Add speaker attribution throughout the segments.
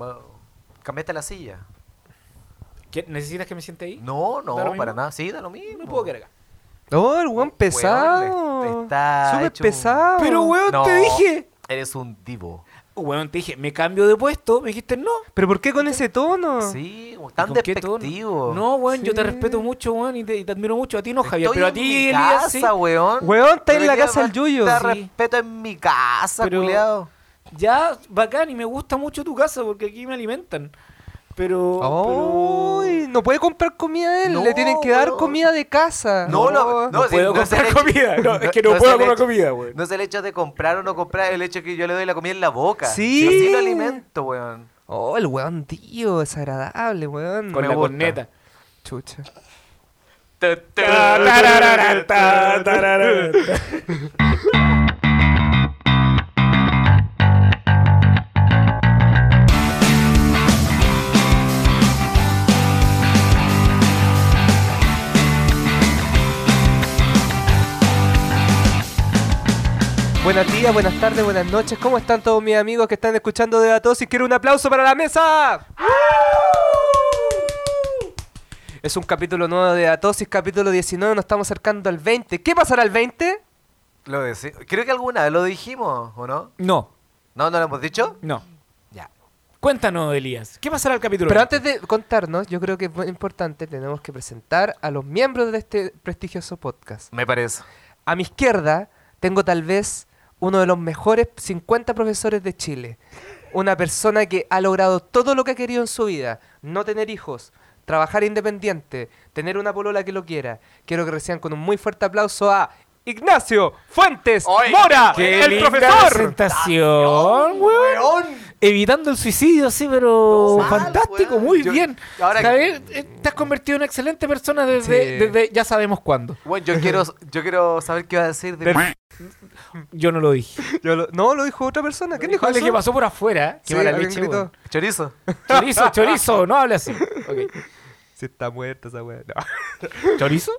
Speaker 1: va- Cámbiate la silla.
Speaker 2: ¿Qué- ¿Necesitas que me siente ahí?
Speaker 1: No, no,
Speaker 2: ¿Da lo
Speaker 1: para
Speaker 2: mismo?
Speaker 1: nada. Sí, da lo mismo.
Speaker 2: No puedo quedar acá.
Speaker 3: No, el weón
Speaker 1: Weón,
Speaker 3: pesado.
Speaker 1: le- está
Speaker 3: Súper
Speaker 1: hecho un-
Speaker 3: pesado.
Speaker 2: Pero weón,
Speaker 1: No.
Speaker 2: te dije.
Speaker 1: Eres un divo.
Speaker 2: Oh, Weón, te dije, me cambio de puesto. Me dijiste no.
Speaker 3: ¿Pero por qué con ese tono?
Speaker 1: Sí,
Speaker 2: ¿Y
Speaker 1: tan
Speaker 2: con qué tono?
Speaker 1: despectivo.
Speaker 2: No, weón, yo te
Speaker 3: Sí.
Speaker 2: respeto mucho, weón, y te, y te admiro mucho. A ti no,
Speaker 1: Estoy
Speaker 2: Javier, pero a
Speaker 1: en
Speaker 2: ti,
Speaker 1: mi
Speaker 2: Elías, sí.
Speaker 1: casa, weón.
Speaker 3: Weón, está en
Speaker 1: Pero
Speaker 3: la
Speaker 1: qué
Speaker 3: casa del
Speaker 1: falta
Speaker 3: Yuyo.
Speaker 1: de
Speaker 2: Sí.
Speaker 1: respeto en mi casa,
Speaker 2: Pero-
Speaker 1: culiao.
Speaker 2: Ya, bacán, y me gusta mucho tu casa porque aquí me alimentan. Pero.
Speaker 3: Ay, No puede comprar comida de él.
Speaker 1: No,
Speaker 3: le tienen que dar
Speaker 1: weón.
Speaker 3: comida de casa.
Speaker 1: No, no,
Speaker 2: pero no
Speaker 1: sí,
Speaker 2: puedo
Speaker 1: no es el
Speaker 2: comprar
Speaker 1: hecho-
Speaker 2: comida. No, es que no,
Speaker 1: no es
Speaker 2: puedo
Speaker 1: el
Speaker 2: comprar
Speaker 1: hecho-
Speaker 2: comida, weón.
Speaker 1: No es el hecho de comprar o no comprar, el hecho de que yo le doy la comida en la boca.
Speaker 3: Sí.
Speaker 1: Yo sí lo alimento, weón.
Speaker 3: Oh, el weón, tío. Desagradable, weón.
Speaker 2: Con
Speaker 1: me
Speaker 2: la
Speaker 1: gusta.
Speaker 2: corneta.
Speaker 3: Chucha. Buenos días, buenas tardes, buenas noches. ¿Cómo están todos mis amigos que están escuchando de todos? Y quiero un aplauso para la mesa. Es un capítulo nuevo de Atosis, capítulo 19, nos estamos acercando al 20. ¿Qué pasará al 20?
Speaker 1: Lo deci- Creo que alguna vez lo dijimos, ¿o no?
Speaker 2: No,
Speaker 1: ¿No, no lo hemos dicho?
Speaker 2: no.
Speaker 1: Ya.
Speaker 2: Cuéntanos, Elías. ¿Qué pasará el capítulo?
Speaker 3: Pero antes de contarnos, yo creo que es muy importante, tenemos que presentar a los miembros de este prestigioso podcast.
Speaker 1: Me parece.
Speaker 3: A mi izquierda tengo tal vez uno de los mejores 50 profesores de Chile. Una persona que ha logrado todo lo que ha querido en su vida. No tener hijos, trabajar independiente, tener una polola que lo quiera. Quiero que reciban con un muy fuerte aplauso a Ignacio Fuentes
Speaker 1: ¡Oye!
Speaker 3: Mora,
Speaker 2: ¡Qué
Speaker 3: el
Speaker 2: linda
Speaker 3: profesor.
Speaker 2: presentación, weón! Evitando el suicidio, sí, pero
Speaker 1: Mal,
Speaker 2: fantástico,
Speaker 1: weón.
Speaker 2: muy
Speaker 1: Yo-
Speaker 2: bien.
Speaker 1: ahora-
Speaker 2: Javier, eh, te has convertido en una excelente persona desde,
Speaker 3: Sí.
Speaker 2: desde ya sabemos cuándo.
Speaker 1: Bueno, yo quiero, yo quiero saber qué va a decir de...
Speaker 2: Yo no lo dije.
Speaker 3: Yo lo- no, lo dijo otra persona. ¿Quién dijo
Speaker 2: Vale,
Speaker 3: eso?
Speaker 2: que pasó por afuera. ¿eh? Qué
Speaker 3: Sí,
Speaker 2: mala
Speaker 3: alguien
Speaker 2: leche,
Speaker 3: gritó.
Speaker 2: weón.
Speaker 1: Chorizo.
Speaker 2: Chorizo, chorizo, no habla así. Ok.
Speaker 3: Si está muerta esa weá.
Speaker 2: ¿Chorizo?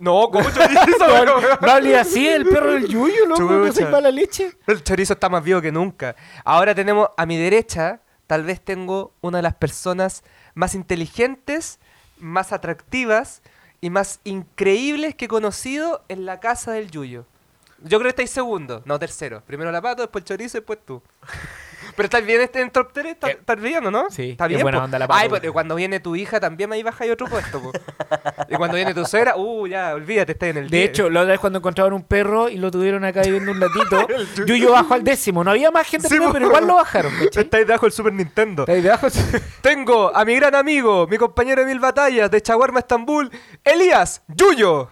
Speaker 3: No, como chorizo,
Speaker 2: No,
Speaker 3: weón?
Speaker 2: no hable así, el perro del yuyo, loco, no
Speaker 3: Chucha.
Speaker 2: soy mala leche.
Speaker 3: El chorizo está más vivo que nunca. Ahora tenemos a mi derecha, tal vez tengo una de las personas más inteligentes, más atractivas y más increíbles que he conocido en la casa del Yuyo. Yo creo que estáis segundo, no tercero. Primero la pato, después el chorizo, después tú. Pero estás bien este en top 3, estás
Speaker 2: Eh,
Speaker 3: estás bien, ¿o ¿no?
Speaker 2: sí,
Speaker 3: está
Speaker 2: es
Speaker 3: bien.
Speaker 2: buena
Speaker 3: po.
Speaker 2: onda la Pato.
Speaker 3: Ay, pero cuando viene tu hija también ahí baja y otro puesto. po. y cuando viene tu suegra, uh, ya, olvídate, estás en el
Speaker 2: De
Speaker 3: 10.
Speaker 2: hecho, la otra vez cuando encontraron un perro y lo tuvieron acá viviendo un ratito, Yuyo bajó al décimo. No había más gente,
Speaker 3: Sí,
Speaker 2: arriba,
Speaker 3: po.
Speaker 2: pero igual lo bajaron. ¿cachai?
Speaker 3: estáis debajo del Super Nintendo.
Speaker 2: Está ahí debajo.
Speaker 3: Tengo a mi gran amigo, mi compañero de mil batallas de Chaguarma, Estambul, Elías Yuyo.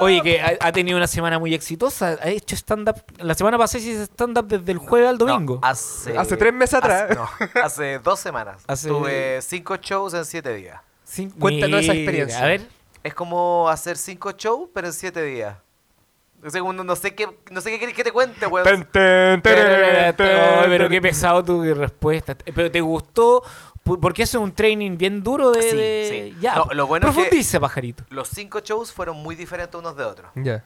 Speaker 2: Oye, que ha, ha tenido una semana muy exitosa. Ha hecho stand-up. La semana pasada hice stand-up desde el jueves al domingo.
Speaker 1: No, ah, hace...
Speaker 3: Hace tres meses atrás.
Speaker 1: Hace, no, hace dos semanas.
Speaker 2: Hace-
Speaker 1: Tuve cinco shows en siete días.
Speaker 2: Sin-
Speaker 3: cuéntanos esa
Speaker 2: Mira,
Speaker 3: experiencia.
Speaker 2: A ver,
Speaker 1: Es como hacer cinco shows, pero en siete días. O sea, no, no sé qué, no sé qué querés que te cuente, weón.
Speaker 3: Ten, ten,
Speaker 2: Ay,
Speaker 3: tereré, ten,
Speaker 2: pero qué
Speaker 3: tereré.
Speaker 2: pesado tu respuesta. Pero te gustó, Pu- porque eso es un training bien duro de.
Speaker 1: Sí,
Speaker 2: de-
Speaker 1: sí.
Speaker 2: Ya,
Speaker 1: No, lo bueno es que-
Speaker 2: profundiza, pajarito.
Speaker 1: Los cinco shows fueron muy diferentes unos de otros.
Speaker 3: Ya.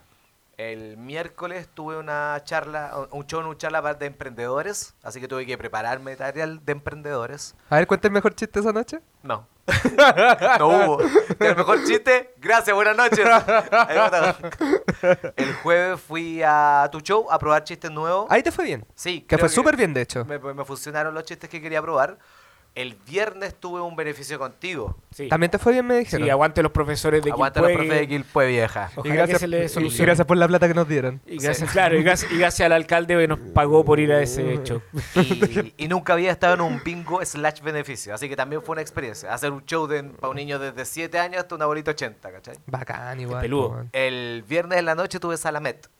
Speaker 1: El miércoles tuve una charla, un show, una charla pa- de emprendedores, así que tuve que prepararme material de emprendedores.
Speaker 3: A ver, cuenta el mejor chiste esa noche.
Speaker 1: No. no hubo. El mejor chiste, gracias, buenas noches. Ahí está. El jueves fui a tu show a probar chistes nuevos.
Speaker 3: Ahí te fue bien.
Speaker 1: Sí,
Speaker 3: Que
Speaker 1: creo
Speaker 3: fue súper bien, de hecho.
Speaker 1: Me, me funcionaron los chistes que quería probar. El viernes tuve un beneficio contigo.
Speaker 2: Sí.
Speaker 3: También te fue bien, me
Speaker 2: Sí,
Speaker 3: dijeron.
Speaker 2: aguante los profesores de
Speaker 1: Aguanta los
Speaker 2: Quilpué.
Speaker 1: profes de Quilpue Vieja.
Speaker 3: y,
Speaker 2: Ojalá que
Speaker 3: gracias,
Speaker 2: se le
Speaker 3: y
Speaker 2: solucione.
Speaker 3: gracias por la plata que nos dieron.
Speaker 2: Y gracias, claro, y gracias, y gracias al alcalde que nos pagó por ir a ese show.
Speaker 1: Y, y nunca había estado en un bingo slash beneficio. Así que también fue una experiencia. Hacer un show para un niño desde 7 años hasta un abuelito 80, ¿cachai?
Speaker 3: Bacán, igual.
Speaker 2: peludo.
Speaker 3: po, weón.
Speaker 1: El viernes en la noche tuve Salamet.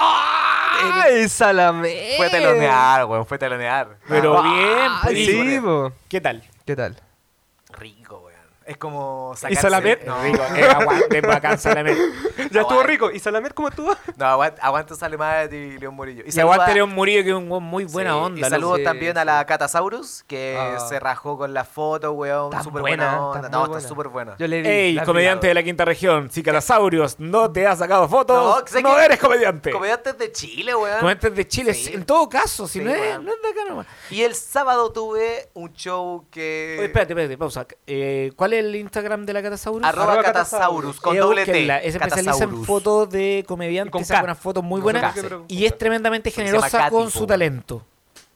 Speaker 3: ¡Ay, Salamé!
Speaker 1: Fue telonear, weón, fue telonear.
Speaker 2: Pero
Speaker 1: Ah,
Speaker 2: bien,
Speaker 3: Ay,
Speaker 2: pues.
Speaker 3: sí, po.
Speaker 2: ¿Qué tal?
Speaker 3: ¿Qué tal?
Speaker 1: ah, Rico, weón. Es como
Speaker 3: Salamet?
Speaker 1: No,
Speaker 2: Rico, eh, aguante, bacán, Salamet.
Speaker 3: ya estuvo
Speaker 1: Aguante.
Speaker 3: rico. ¿Y Salamet cómo estuvo?
Speaker 1: No, aguanta, aguanta Salemat y León Murillo.
Speaker 2: Y,
Speaker 1: saluda-
Speaker 2: aguante León Murillo, que es un weón muy buena
Speaker 1: sí,
Speaker 2: onda.
Speaker 1: Y saludos
Speaker 2: loco.
Speaker 1: también a la Catasaurus, que
Speaker 3: Ah.
Speaker 1: se rajó con la foto, weón.
Speaker 3: Tan
Speaker 1: Súper
Speaker 3: buena,
Speaker 1: buena,
Speaker 3: tan
Speaker 1: onda.
Speaker 3: muy
Speaker 1: No, está
Speaker 3: buena.
Speaker 1: súper buena.
Speaker 3: Yo le vi.
Speaker 2: Ey,
Speaker 3: la vi.
Speaker 2: comediante de la quinta región, Cicalasaurios, no te has sacado
Speaker 1: No,
Speaker 2: fotos,
Speaker 1: sé
Speaker 2: no,
Speaker 1: que-
Speaker 2: eres comediante.
Speaker 1: Comediantes de Chile, weón.
Speaker 2: Comediantes de Chile,
Speaker 1: Sí.
Speaker 2: sí, en todo caso, si
Speaker 1: Sí,
Speaker 2: no, es,
Speaker 1: weón.
Speaker 2: no es de acá nomás.
Speaker 1: Y el sábado tuve un show que.
Speaker 2: Oye, espérate, espérate, pausa. Eh, ¿Cuál es el Instagram de la Catasaurus?
Speaker 1: Arroba,
Speaker 3: Arroba
Speaker 1: Catasaurus, con
Speaker 2: Ella
Speaker 1: doble T.
Speaker 2: Eh, búsquenla, Es especializa en
Speaker 1: Catasaurus.
Speaker 2: fotos de
Speaker 3: Y con
Speaker 2: comediantes,
Speaker 3: K.
Speaker 2: saca unas fotos muy
Speaker 1: No
Speaker 2: buenas
Speaker 1: sé por qué,
Speaker 3: pero con
Speaker 2: y es tremendamente
Speaker 1: Porque se llama
Speaker 2: generosa
Speaker 1: Katy,
Speaker 2: con
Speaker 1: po,
Speaker 2: su
Speaker 1: weón.
Speaker 2: talento.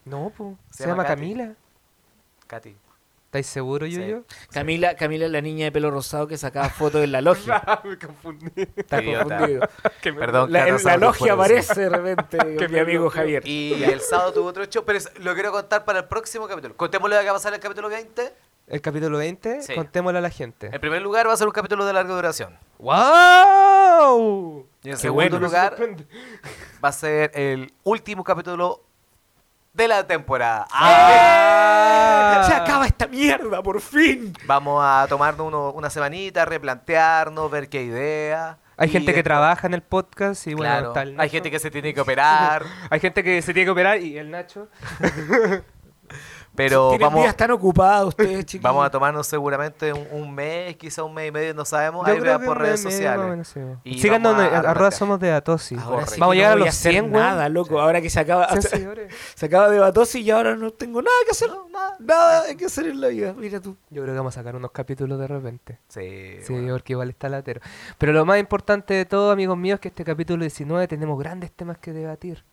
Speaker 3: No, po. Se,
Speaker 1: Se llama
Speaker 3: llama
Speaker 1: Katy.
Speaker 3: Camila.
Speaker 1: Katy.
Speaker 3: ¿Estáis seguros,
Speaker 1: Sí.
Speaker 3: Yuyo?
Speaker 2: Camila, Camila es la niña de pelo rosado que sacaba fotos en la logia.
Speaker 3: me confundí.
Speaker 2: Está
Speaker 1: Idiota.
Speaker 2: confundido.
Speaker 3: Que me-
Speaker 1: Perdón,
Speaker 2: La, en la
Speaker 1: Catasaurus, por
Speaker 2: logia
Speaker 1: eso.
Speaker 2: aparece de repente
Speaker 3: Que
Speaker 2: mi
Speaker 3: me
Speaker 2: amigo
Speaker 3: bloqueó.
Speaker 2: Javier.
Speaker 1: Y el sábado tuvo otro show, pero es- lo quiero contar para el próximo capítulo. Contémoslo de que va a pasar el capítulo 20.
Speaker 3: El capítulo 20,
Speaker 1: Sí. Eh.
Speaker 3: contémoslo a la gente.
Speaker 1: En primer lugar va a ser un capítulo de larga duración.
Speaker 3: ¡Wow!
Speaker 1: Y en
Speaker 2: Qué
Speaker 1: segundo
Speaker 2: bueno.
Speaker 1: lugar va a ser el último capítulo de la temporada.
Speaker 3: ¡Ah!
Speaker 2: Se acaba esta mierda, por fin.
Speaker 1: Vamos a tomarnos uno- una semanita, replantearnos, ver qué idea.
Speaker 3: Hay
Speaker 1: Y
Speaker 3: gente que
Speaker 1: después-
Speaker 3: trabaja en el podcast y bueno,
Speaker 1: Claro,
Speaker 3: está el
Speaker 1: hay
Speaker 3: Nacho.
Speaker 1: gente que se tiene que operar,
Speaker 3: Hay gente que se tiene que operar y el Nacho.
Speaker 1: pero
Speaker 2: Tienen
Speaker 1: Oh, vamos,
Speaker 2: días tan ocupados ustedes, chicos.
Speaker 1: vamos a tomarnos seguramente un, un mes, quizá un mes y medio, no sabemos. Ahí vean por
Speaker 3: un
Speaker 1: redes
Speaker 3: meme, más o menos,
Speaker 1: sociales.
Speaker 3: sí.
Speaker 1: Y
Speaker 3: Síganos
Speaker 1: vamos
Speaker 3: en
Speaker 1: a
Speaker 3: arroba
Speaker 1: replantear.
Speaker 3: somos de Atosi.
Speaker 1: Ahora sí
Speaker 3: Vamos a
Speaker 2: que
Speaker 3: llegar
Speaker 2: no
Speaker 3: a
Speaker 2: voy
Speaker 3: los
Speaker 2: hacer
Speaker 3: 100, güey.
Speaker 2: nada, loco. Ahora que se acaba,
Speaker 3: Cien
Speaker 2: se-
Speaker 3: seguidores.
Speaker 2: se acaba de batosis y ahora no tengo nada que hacer. nada, hay que hacer en la vida. Mira tú.
Speaker 3: Yo creo que vamos a sacar unos capítulos de repente.
Speaker 1: Sí,
Speaker 3: Sí,
Speaker 1: bueno.
Speaker 3: porque igual está latero. Pero lo más importante de todo, amigos míos, es que este capítulo 19 tenemos grandes temas que debatir.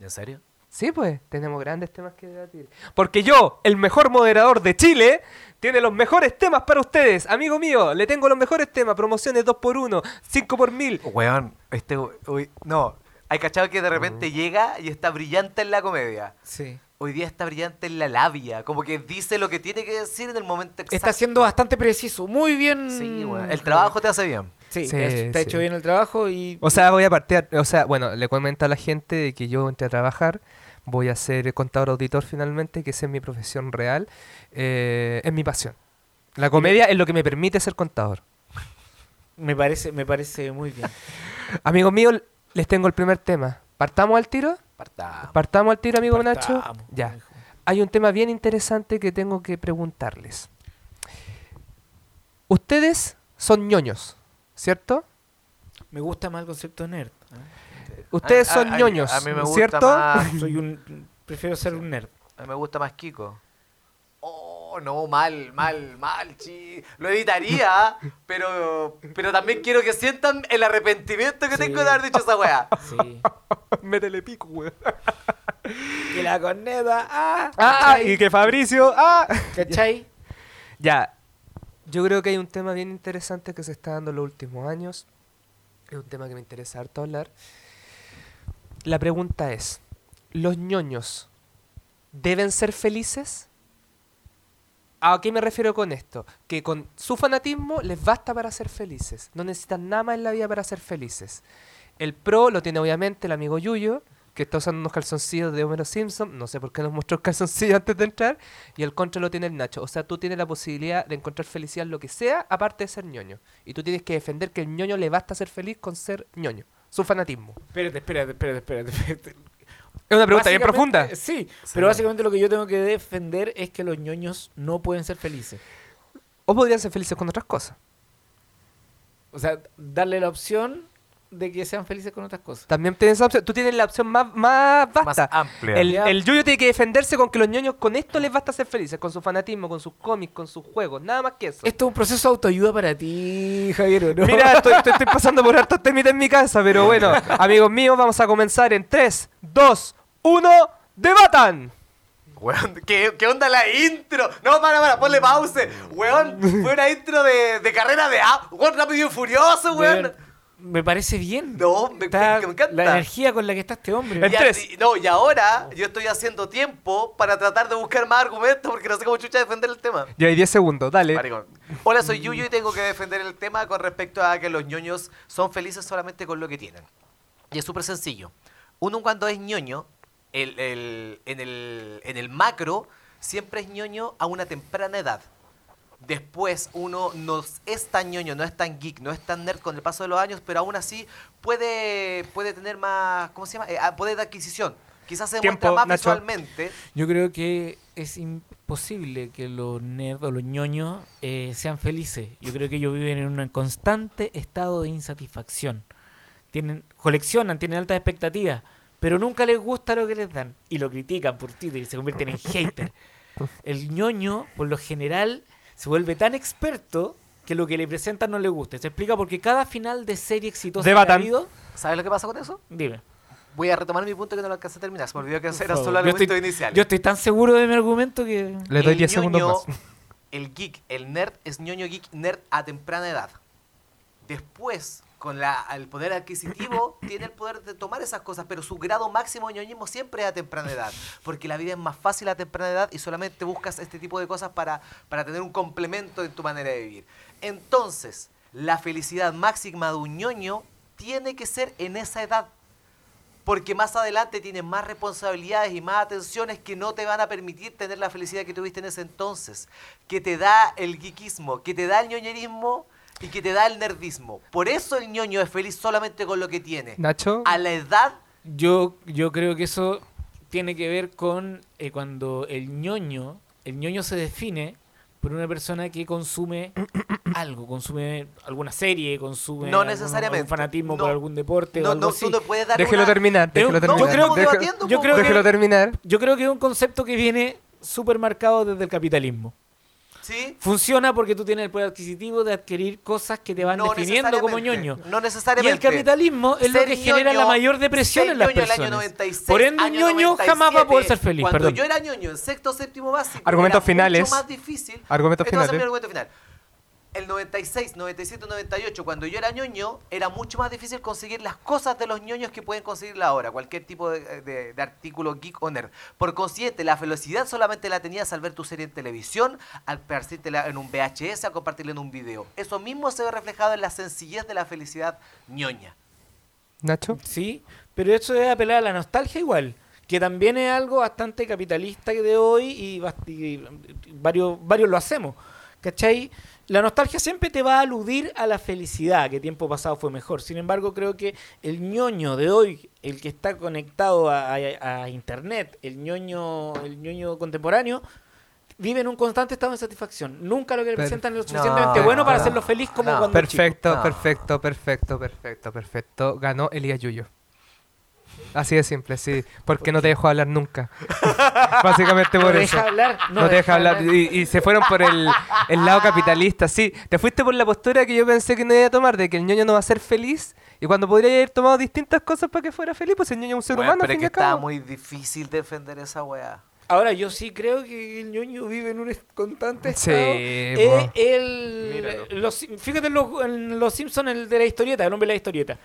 Speaker 1: ¿En serio?
Speaker 3: Sí, pues, tenemos grandes temas que debatir. Porque yo, el mejor moderador de Chile, tiene los mejores temas para ustedes. Amigo mío, le tengo los mejores temas. Promociones 2x1, 5x1000.
Speaker 1: Weón, este. Hoy, no, hay cachado que de repente llega y está brillante en la comedia.
Speaker 2: Sí.
Speaker 1: Hoy día está brillante en la labia, como que dice lo que tiene que decir en el momento exacto.
Speaker 2: Está siendo bastante Mm. preciso. Muy bien.
Speaker 1: Sí, weón. El trabajo te hace bien.
Speaker 2: Sí,
Speaker 3: Sí,
Speaker 2: te has- te ha
Speaker 3: sí.
Speaker 2: hecho bien el trabajo y.
Speaker 3: O sea, voy a partir, o sea, bueno, le comento a la gente de que yo entré a trabajar, voy a ser contador auditor finalmente, que esa es mi profesión real, eh, es mi pasión. La comedia es lo que me permite ser contador.
Speaker 2: Me parece, me parece muy bien.
Speaker 3: Amigos míos, les tengo el primer tema. ¿Partamos al tiro?
Speaker 1: Partamos.
Speaker 3: ¿Partamos al tiro, amigo Nacho?
Speaker 2: Partamos,
Speaker 3: Ya.
Speaker 2: hijo.
Speaker 3: Hay un tema bien interesante que tengo que preguntarles. Ustedes son ñoños, ¿cierto?
Speaker 2: Me gusta más el concepto de nerd. ¿eh?
Speaker 3: Ustedes
Speaker 1: A- a-
Speaker 3: son
Speaker 1: a-
Speaker 3: ñoños,
Speaker 1: a mí me gusta
Speaker 3: ¿cierto?
Speaker 1: más-
Speaker 2: Soy un. Prefiero ser un nerd.
Speaker 1: A mí me gusta más Kiko. Oh, no, mal, mal, mal, chi. Lo editaría, pero, pero también quiero que sientan el arrepentimiento que
Speaker 2: Sí.
Speaker 1: tengo de haber dicho esa weá.
Speaker 2: Sí.
Speaker 3: Métele pico, weón.
Speaker 2: y la corneta. Ah,
Speaker 3: Ah,
Speaker 2: ¿cachai?
Speaker 3: y que Fabricio, ah.
Speaker 2: ¿Cachai?
Speaker 3: Ya, yo creo que hay un tema bien interesante que se está dando en los últimos años. Es un tema que me interesa harto hablar. La pregunta es, ¿los ñoños deben ser felices? ¿A qué me refiero con esto? Que con su fanatismo les basta para ser felices. No necesitan nada más en la vida para ser felices. El pro lo tiene obviamente el amigo Yuyo, que está usando unos calzoncillos de Homero Simpson. No sé por qué nos mostró el calzoncillo antes de entrar. Y el contra lo tiene el Nacho. O sea, tú tienes la posibilidad de encontrar felicidad en lo que sea, aparte de ser ñoño. Y tú tienes que defender que el ñoño le basta ser feliz con ser ñoño. Su fanatismo.
Speaker 2: Espérate, espérate, espérate, espérate. espérate.
Speaker 3: Es una pregunta bien
Speaker 2: Básicamente, eh,
Speaker 3: profunda.
Speaker 2: Sí, pero básicamente lo que yo tengo que defender es que los ñoños no pueden ser felices.
Speaker 3: O podrían ser felices con otras cosas.
Speaker 2: O sea, darle la opción de que sean felices con otras cosas.
Speaker 3: También tienes esa opción. Tú tienes la opción más, más vasta.
Speaker 1: amplia.
Speaker 3: El,
Speaker 2: Ya.
Speaker 3: el Yuyo tiene que defenderse con que los ñoños con esto les basta ser felices. Con su fanatismo, con sus cómics, con sus juegos. Nada más que eso.
Speaker 2: pues, Esto es un proceso de autoayuda para ti, Javier, ¿o no?
Speaker 3: Mira, estoy, estoy- estoy pasando por hartos temitas en mi casa, pero bueno, amigos míos, vamos a comenzar en 3, 2, 1, debatan.
Speaker 1: Weón, ¿qué, qué onda la intro? No, para, para, ponle pause. Weón, fue una intro de, de carrera de A. Weón, rápido y furioso, weón.
Speaker 2: Bueno, me parece bien.
Speaker 1: No, me-
Speaker 2: Está-
Speaker 1: me- me encanta.
Speaker 2: La energía con la que está este hombre.
Speaker 3: El
Speaker 1: Y a-
Speaker 3: tres.
Speaker 1: y- no, y ahora yo estoy haciendo tiempo para tratar de buscar más argumentos porque no sé cómo chucha defender el tema.
Speaker 3: Ya hay 10 segundos, dale.
Speaker 1: Maricón. Hola, soy Yuyo y tengo que defender el tema con respecto a que los ñoños son felices solamente con lo que tienen. Y es súper sencillo. Uno cuando es ñoño, el- el- en, el, en el macro, siempre es ñoño a una temprana edad. Después uno no es tan ñoño, no es tan geek, no es tan nerd con el paso de los años, pero aún así puede, puede tener más, ¿cómo se llama? Eh, ah, poder de adquisición. Quizás se
Speaker 3: Tiempo,
Speaker 1: demuestra más
Speaker 3: Nacho.
Speaker 1: visualmente.
Speaker 2: Yo creo que es imposible que los nerds o los ñoños eh, sean felices. Yo creo que ellos viven en un constante estado de insatisfacción. Tienen, coleccionan, tienen altas expectativas, pero nunca les gusta lo que les dan. Y lo critican por Twitter y se convierten en hater. El ñoño, por lo general, se vuelve tan experto que lo que le presentan no le gusta. Se explica porque cada final de serie exitosa que ha
Speaker 3: Debatan.
Speaker 2: habido...
Speaker 1: ¿Sabes lo que pasa con eso?
Speaker 2: Dime.
Speaker 1: Voy a retomar mi punto que no lo alcancé a terminar. Se me olvidó que
Speaker 2: por
Speaker 1: era
Speaker 2: favor.
Speaker 1: solo el
Speaker 2: Yo
Speaker 1: argumento
Speaker 2: estoy-
Speaker 1: inicial.
Speaker 2: Yo estoy tan seguro de mi argumento que...
Speaker 3: Le doy
Speaker 1: El
Speaker 3: 10 segundos
Speaker 1: ñoño,
Speaker 3: más.
Speaker 1: El geek, el nerd es ñoño geek nerd a temprana edad. Después, con la, el poder adquisitivo, tiene el poder de tomar esas cosas, pero su grado máximo de ñoñismo siempre es a temprana edad, porque la vida es más fácil a temprana edad y solamente buscas este tipo de cosas para, para tener un complemento en tu manera de vivir. Entonces, la felicidad máxima de un ñoño tiene que ser en esa edad porque más adelante tienes más responsabilidades y más atenciones que no te van a permitir tener la felicidad que tuviste en ese entonces, que te da el geekismo, que te da el ñoñerismo y que te da el nerdismo. Por eso el ñoño es feliz solamente con lo que tiene.
Speaker 3: Nacho,
Speaker 1: A la edad,
Speaker 2: Yo, yo creo que eso tiene que ver con eh, cuando el ñoño, el ñoño se define por una persona que consume algo, consume alguna serie, consume
Speaker 1: No
Speaker 2: algún-
Speaker 1: necesariamente.
Speaker 2: algún fanatismo
Speaker 1: No.
Speaker 2: por algún deporte o
Speaker 1: no,
Speaker 2: algo
Speaker 1: no,
Speaker 2: así.
Speaker 1: tú no puedes dar
Speaker 3: déjelo
Speaker 1: una-
Speaker 3: terminar.
Speaker 2: Pero-
Speaker 3: Déjelo
Speaker 2: no,
Speaker 3: terminar.
Speaker 2: estamos
Speaker 3: Déjelo-
Speaker 1: debatiendo,
Speaker 2: yo
Speaker 1: po.
Speaker 2: creo que-
Speaker 3: déjelo terminar.
Speaker 2: Yo creo que es un concepto que viene súper marcado desde el capitalismo.
Speaker 1: ¿sí?
Speaker 2: Funciona porque tú tienes el poder adquisitivo de adquirir cosas que te van
Speaker 1: No
Speaker 2: definiendo como
Speaker 1: necesariamente.
Speaker 2: ñoño.
Speaker 1: No
Speaker 2: Y el
Speaker 1: necesariamente.
Speaker 2: capitalismo es lo
Speaker 1: Ser
Speaker 2: que genera la
Speaker 1: ñoño-
Speaker 2: mayor depresión
Speaker 1: ser
Speaker 2: en las
Speaker 1: ñoño el año
Speaker 2: personas.
Speaker 1: 96,
Speaker 2: Por ende, un
Speaker 1: año
Speaker 2: ñoño jamás va a poder ser
Speaker 1: 97.
Speaker 2: feliz.
Speaker 1: Cuando
Speaker 2: perdón.
Speaker 1: yo era ñoño en sexto, séptimo básico,
Speaker 3: Argumentos
Speaker 1: era
Speaker 3: finales.
Speaker 1: mucho más difícil.
Speaker 3: Argumentos
Speaker 1: Este va a ser
Speaker 3: finales.
Speaker 1: mi argumento final. El 96, 97, 98, cuando yo era ñoño, era mucho más difícil conseguir las cosas de los ñoños que pueden conseguirla ahora, cualquier tipo de, de- de artículo geek o nerd. Por consiguiente, la velocidad solamente la tenías al ver tu serie en televisión, al pasártela en un VHS, a compartirla en un video. Eso mismo se ve reflejado en la sencillez de la felicidad ñoña.
Speaker 3: Nacho.
Speaker 2: Sí, pero eso es apelar a la nostalgia igual, que también es algo bastante capitalista de hoy y, bast- y varios, varios lo hacemos. ¿Cachai? La nostalgia siempre te va a aludir a la felicidad, que tiempo pasado fue mejor. Sin embargo, creo que el ñoño de hoy, el que está conectado a, a- a internet, el ñoño, el ñoño contemporáneo, vive en un constante estado de satisfacción. Nunca lo que le
Speaker 3: Per-
Speaker 2: presentan es lo suficientemente
Speaker 1: No,
Speaker 2: bueno para
Speaker 1: no,
Speaker 2: hacerlo feliz como
Speaker 1: no.
Speaker 2: cuando chico.
Speaker 3: Perfecto,
Speaker 1: No.
Speaker 3: perfecto, perfecto, perfecto, perfecto. Ganó Elías Yuyo. Así de simple, sí. Porque no te dejó hablar nunca. Básicamente
Speaker 2: No
Speaker 3: por
Speaker 2: te
Speaker 3: eso.
Speaker 2: deja hablar.
Speaker 3: No, te deja hablar. Y, y se fueron por el, el lado capitalista. Sí, te fuiste por la postura que yo pensé que no iba a tomar, de que el ñoño no va a ser feliz. Y cuando podría haber tomado distintas cosas para que fuera feliz, pues el ñoño es un ser
Speaker 1: Weón,
Speaker 3: humano. al
Speaker 1: pero es
Speaker 3: fin y
Speaker 1: que
Speaker 3: al cabo.
Speaker 1: estaba muy difícil defender esa weá.
Speaker 2: Ahora, yo sí creo que el ñoño vive en un es- constante
Speaker 3: Sí,
Speaker 2: estado. Eh,
Speaker 3: po.
Speaker 2: el, los, Sim- fíjate en los, en los Simpsons, el de la historieta, el hombre de la historieta.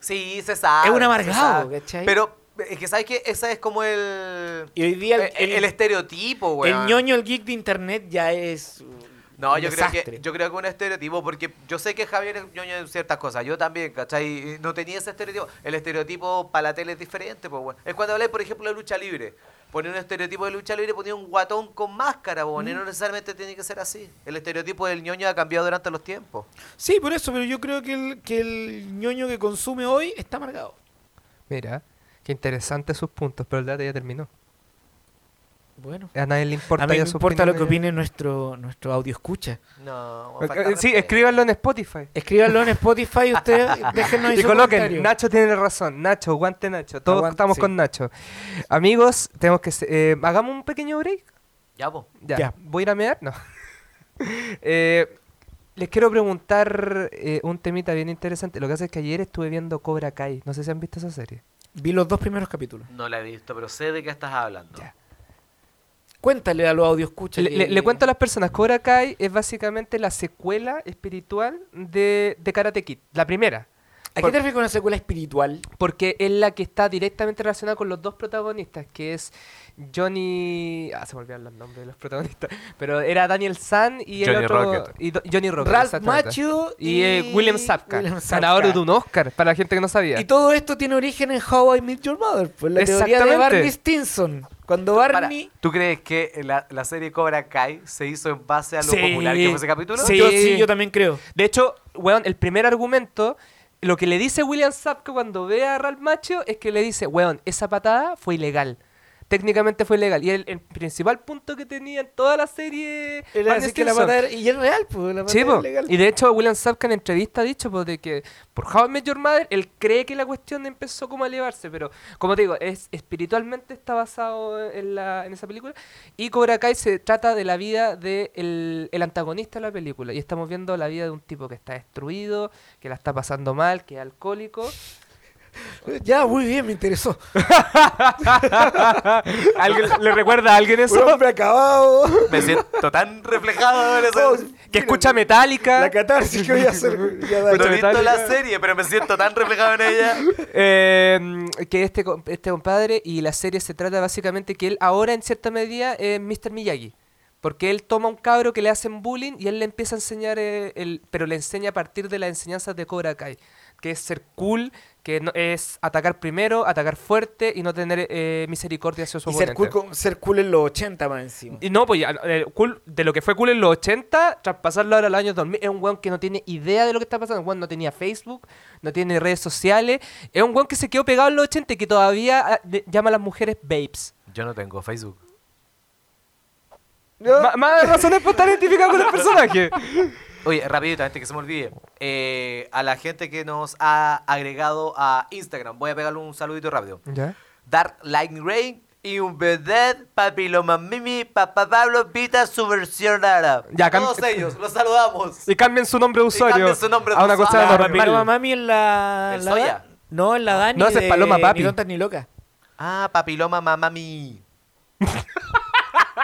Speaker 1: Sí, se sabe.
Speaker 2: Es un
Speaker 1: se
Speaker 2: amargado,
Speaker 1: sabe.
Speaker 2: ¿cachai?
Speaker 1: Pero es que sabes que esa es como el.
Speaker 2: Y hoy día el,
Speaker 3: Eh,
Speaker 1: el, el estereotipo,
Speaker 2: el
Speaker 1: güey.
Speaker 2: ñoño, el geek de internet ya es. un
Speaker 1: No, yo creo,
Speaker 2: desastre.
Speaker 1: que, yo creo que un estereotipo, porque yo sé que Javier es ñoño en ciertas cosas, yo también, ¿cachai? Y No tenía ese estereotipo. El estereotipo para la tele es diferente, pues, bueno. Es cuando habláis, por ejemplo, de lucha libre. Poner un estereotipo de lucha libre, ponía un guatón con máscara, pues, bueno, y no necesariamente tiene que ser así. El estereotipo del ñoño ha cambiado durante los tiempos.
Speaker 2: Sí, por eso, pero yo creo que el, que el ñoño que consume hoy está amargado.
Speaker 3: Mira, qué interesantes sus puntos, pero el debate ya terminó.
Speaker 2: Bueno.
Speaker 3: A nadie le importa
Speaker 2: A mí
Speaker 3: ya
Speaker 2: no
Speaker 3: su
Speaker 2: importa lo que
Speaker 3: opinión.
Speaker 2: opine nuestro, nuestro audio escucha.
Speaker 1: No,
Speaker 3: Eh,
Speaker 1: falta
Speaker 3: eh, Sí,
Speaker 1: respeto.
Speaker 3: escríbanlo en Spotify.
Speaker 2: Escríbanlo en Spotify, ustedes déjenos ahí
Speaker 3: Y
Speaker 2: su
Speaker 3: coloquen,
Speaker 2: comentario.
Speaker 3: Nacho tiene la razón, Nacho, guante Nacho, todos
Speaker 2: Aguante,
Speaker 3: estamos
Speaker 2: sí.
Speaker 3: con Nacho. Amigos, tenemos que... se- eh, ¿Hagamos un pequeño break?
Speaker 1: Ya, pues.
Speaker 3: Ya.
Speaker 2: Ya.
Speaker 3: ¿Voy a ir a mear? No. Eh, les quiero preguntar eh, un temita bien interesante. Lo que hace es que ayer estuve viendo Cobra Kai, no sé si han visto esa serie.
Speaker 2: Vi los dos primeros capítulos.
Speaker 1: No la he visto, pero sé de qué estás hablando.
Speaker 3: Ya.
Speaker 2: Cuéntale a los audio escucha.
Speaker 3: Le, le- le cuento a las personas, Cobra Kai es básicamente la secuela espiritual de, de Karate Kid, la primera.
Speaker 2: ¿A qué
Speaker 3: Por-
Speaker 2: te refieres con una secuela espiritual?
Speaker 3: Porque es la que está directamente relacionada con los dos protagonistas, que es Johnny... Ah, se me olvidaron los nombres de los protagonistas. Pero era Daniel San y el
Speaker 1: Johnny
Speaker 3: otro...
Speaker 1: Rocket.
Speaker 3: Y Do- Johnny Rocket.
Speaker 2: Ralph
Speaker 3: exactamente.
Speaker 2: Macchio
Speaker 3: Y, eh, William Sapka,
Speaker 2: William
Speaker 3: ganador
Speaker 2: Zabka.
Speaker 3: de un Oscar, para la gente que no sabía.
Speaker 2: Y todo esto tiene origen en How I Met Your Mother, pues la teoría de
Speaker 3: Exactamente.
Speaker 2: Barney Stinson. Cuando
Speaker 1: Para,
Speaker 2: Barney...
Speaker 1: ¿Tú crees que la, la serie Cobra Kai se hizo en base a lo
Speaker 2: Sí.
Speaker 1: popular que fue ese capítulo?
Speaker 2: Sí, yo, sí, yo también creo.
Speaker 3: De hecho, weón, el primer argumento, lo que le dice William Sapka cuando ve a Ralph Macho es que le dice, weón, esa patada fue ilegal. Técnicamente fue ilegal. Y el, el principal punto que tenía en toda la serie...
Speaker 2: Era
Speaker 3: Barney
Speaker 2: así que la
Speaker 3: Stinson.
Speaker 2: pata era- y es real, pues, la pata
Speaker 3: Sí,
Speaker 2: era
Speaker 3: po.
Speaker 2: legal.
Speaker 3: y de hecho William Sapka en entrevista ha dicho pues, de que por How I Met Your Mother él cree que la cuestión empezó como a elevarse, pero como te digo, es espiritualmente está basado en, la, en esa película y Cobra Kai se trata de la vida del el el antagonista de la película y estamos viendo la vida de un tipo que está destruido, que la está pasando mal, que es alcohólico.
Speaker 2: Ya, muy bien, me interesó.
Speaker 3: ¿Le recuerda a alguien
Speaker 2: Un hombre acabado.
Speaker 1: Me siento tan reflejado en eso.
Speaker 2: Oh,
Speaker 3: Que escucha Metallica.
Speaker 2: La catarsis que voy a hacer. Ya, dale.
Speaker 1: no he visto la
Speaker 3: Metallica.
Speaker 1: serie, pero me siento tan reflejado en ella.
Speaker 3: Eh, que este, com- este compadre y la serie se trata básicamente que él ahora en cierta medida es Mr. Miyagi. Porque él toma a un cabro que le hacen bullying y él le empieza a enseñar, eh, el, pero le enseña a partir de las enseñanzas de Cobra Kai. Que es ser cool, que no- es atacar primero, atacar fuerte y no tener eh, misericordia hacia su
Speaker 2: Y ser
Speaker 3: oponente.
Speaker 2: cool, con- ser cool en los 80 más encima.
Speaker 3: Y no, pues ya, eh, cool, de lo que fue cool en los 80, traspasarlo ahora a los años 2000, es un weón que no tiene idea de lo que está pasando. El weón no tenía Facebook, no tiene redes sociales. Es un weón que se quedó pegado en los 80 y que todavía ah, de- llama a las mujeres babes.
Speaker 1: Yo no tengo Facebook.
Speaker 3: Ma- más razones para estar identificado con el personaje.
Speaker 1: Oye, rapidito, antes que se me olvide. eh, a la gente que nos ha agregado a Instagram, voy a pegarle un saludito rápido.
Speaker 3: ¿Ya?
Speaker 1: Dark Lightning Rain y un vedette, papi Loma Mimi, papá Pablo Pita, su versión árabe.
Speaker 3: Ya, cam-
Speaker 1: Todos ellos, los saludamos.
Speaker 3: Y cambien su nombre de
Speaker 1: Y cambien
Speaker 3: usuario
Speaker 1: su nombre de
Speaker 3: a una cosa
Speaker 1: usuario.
Speaker 2: La
Speaker 1: Claro,
Speaker 3: normal.
Speaker 2: Paloma Mami en la.
Speaker 1: ¿El
Speaker 2: la
Speaker 1: Soya?
Speaker 2: Dan- No, en la Dani.
Speaker 3: No, esa es
Speaker 2: de
Speaker 3: Paloma Papi.
Speaker 2: Ni tonta ni loca.
Speaker 1: Ah, papiloma mamami.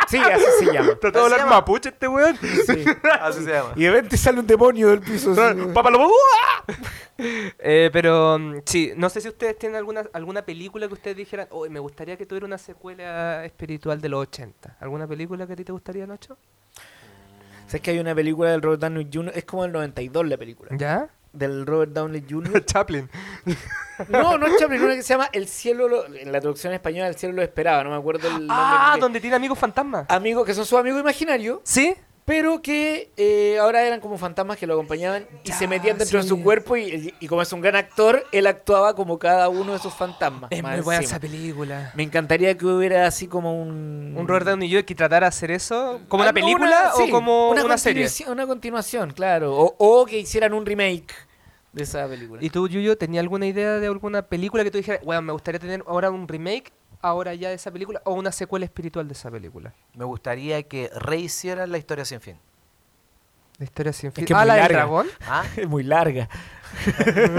Speaker 2: Sí, así se llama.
Speaker 3: Trató
Speaker 1: ¿Cómo
Speaker 3: de
Speaker 1: se
Speaker 3: hablar
Speaker 1: llama?
Speaker 3: mapuche este weón.
Speaker 2: Sí.
Speaker 1: Así se llama.
Speaker 2: Y de repente sale un demonio del piso. así.
Speaker 3: Papalomo- ¡Uah! Eh, pero mm, sí, no sé si ustedes tienen alguna, alguna película que ustedes dijeran, "Uy, me gustaría que tuviera una secuela espiritual de los 80. ¿Alguna película que a ti te gustaría, Nacho?
Speaker 2: ¿Sabes que hay una película del Robert Downey Jr.? Es como el 92 la película.
Speaker 3: ¿Ya?
Speaker 2: Del Robert Downey Jr.
Speaker 3: Chaplin.
Speaker 2: No, no es Chaplin, una que se llama El cielo. lo- en la traducción española, El cielo lo esperaba. No me acuerdo el nombre. Ah,
Speaker 3: Ah,
Speaker 2: en inglés.
Speaker 3: donde tiene amigos fantasmas.
Speaker 2: Amigos que son sus amigos imaginarios.
Speaker 3: ¿Sí?
Speaker 2: pero que eh, ahora eran como fantasmas que lo acompañaban y se metían dentro de
Speaker 3: sí.
Speaker 2: su cuerpo y, y como es un gran actor, él actuaba como cada uno de esos fantasmas.
Speaker 3: Es
Speaker 2: más
Speaker 3: muy buena esa
Speaker 2: encima.
Speaker 3: película.
Speaker 2: Me encantaría que hubiera así como un...
Speaker 3: Un Robert Downey Jr. que tratara de hacer eso como una
Speaker 2: Mm. Alguna-
Speaker 3: película
Speaker 2: Ah, sí,
Speaker 3: o como una, serie.
Speaker 2: continuación- Una continuación, claro. O, o que hicieran un remake de esa película.
Speaker 3: ¿Y tú, Yuyo, tenías alguna idea de alguna película que tú dijeras, bueno, me gustaría tener ahora un remake, ahora ya de esa película, o una secuela espiritual de esa película?
Speaker 1: Me gustaría que rehicieran la historia sin fin.
Speaker 3: La historia sin fin.
Speaker 2: que es
Speaker 3: ah,
Speaker 2: muy
Speaker 3: la del
Speaker 2: larga.
Speaker 3: dragón.
Speaker 1: ¿Ah?
Speaker 2: Es muy larga.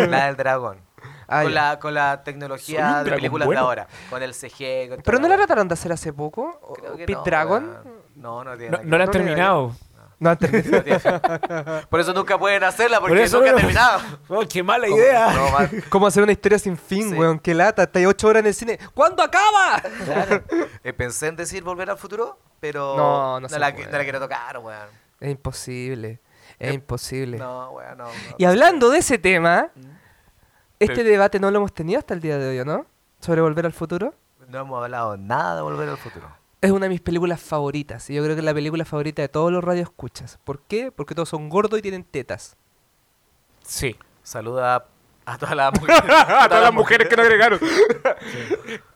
Speaker 1: la del dragón.
Speaker 3: Ah,
Speaker 1: con,
Speaker 3: ya.
Speaker 1: la, con la tecnología
Speaker 2: Soy un
Speaker 1: de
Speaker 2: dragón
Speaker 1: películas
Speaker 2: bueno.
Speaker 1: de ahora. Con el CG. con
Speaker 3: Pero
Speaker 1: toda
Speaker 3: no la
Speaker 1: wea.
Speaker 3: trataron de hacer hace poco. ¿O-
Speaker 1: Creo que
Speaker 3: Pit
Speaker 1: no,
Speaker 3: Dragon.
Speaker 1: weón. No, no tiene.
Speaker 2: No,
Speaker 1: nada que
Speaker 2: no la han
Speaker 3: No, no,
Speaker 2: terminado.
Speaker 3: No, antes-
Speaker 1: ver. No tiene- Por eso nunca pueden hacerla, porque
Speaker 2: Por eso
Speaker 1: nunca
Speaker 2: no-
Speaker 1: ha terminado.
Speaker 2: Oh, ¡Qué mala
Speaker 1: Como-
Speaker 2: idea!
Speaker 1: no, mal.
Speaker 3: ¿Cómo hacer una historia sin fin,
Speaker 1: Sí.
Speaker 3: weón? Qué lata. Está ahí ocho horas en el cine. ¿Cuándo acaba?
Speaker 1: Claro. Eh, pensé en decir volver al futuro, pero
Speaker 3: No, no se
Speaker 1: la,
Speaker 3: puede.
Speaker 1: no la quiero tocar, weón.
Speaker 3: Es imposible. Es
Speaker 1: Eh,
Speaker 3: imposible.
Speaker 1: No, weón, no, no.
Speaker 3: Y hablando de ese tema, este
Speaker 1: Pero-
Speaker 3: debate no lo hemos tenido hasta el día de hoy, ¿o ¿no? Sobre volver al futuro.
Speaker 1: No hemos hablado nada de volver al futuro.
Speaker 3: Es una de mis películas favoritas. Y yo creo que es la película favorita de todos los radioescuchas. ¿Por qué? Porque todos son gordos y tienen tetas.
Speaker 2: Sí.
Speaker 1: Saluda a todas las mujeres. a todas las mujeres que no agregaron.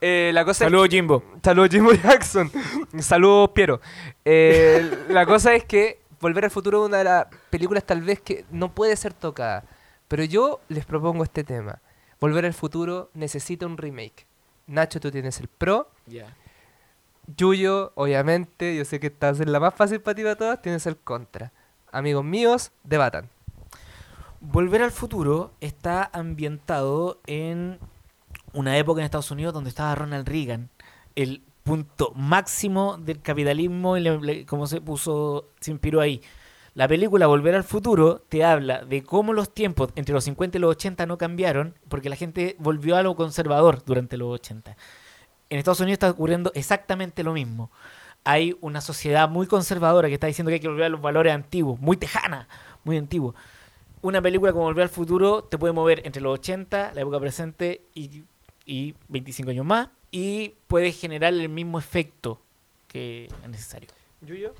Speaker 3: Eh, la cosa es
Speaker 2: Saludos, Jimbo.
Speaker 3: Saludos Jimbo Jackson. Saludos Piero. Eh, la cosa es que Volver al futuro es una de las películas tal vez que no puede ser tocada. Pero yo les propongo este tema. Volver al futuro necesita un remake. Nacho, tú tienes el pro.
Speaker 2: Ya.
Speaker 3: Yuyo, obviamente, yo sé que esta va a ser la más fácil para ti para todas, tienes el contra. Amigos míos, debatan.
Speaker 2: Volver al futuro está ambientado en una época en Estados Unidos donde estaba Ronald Reagan, el punto máximo del capitalismo y le- le- cómo se puso, se inspiró ahí. La película Volver al futuro te habla de cómo los tiempos entre los 50 y los 80 no cambiaron porque la gente volvió a lo conservador durante los 80. En Estados Unidos está ocurriendo exactamente lo mismo. Hay una sociedad muy conservadora que está diciendo que hay que volver a los valores antiguos, muy tejana, muy antiguo una película como Volver al Futuro te puede mover entre los 80, la época presente y y 25 años más y puede generar el mismo efecto que es necesario.
Speaker 3: ¿Yuyo?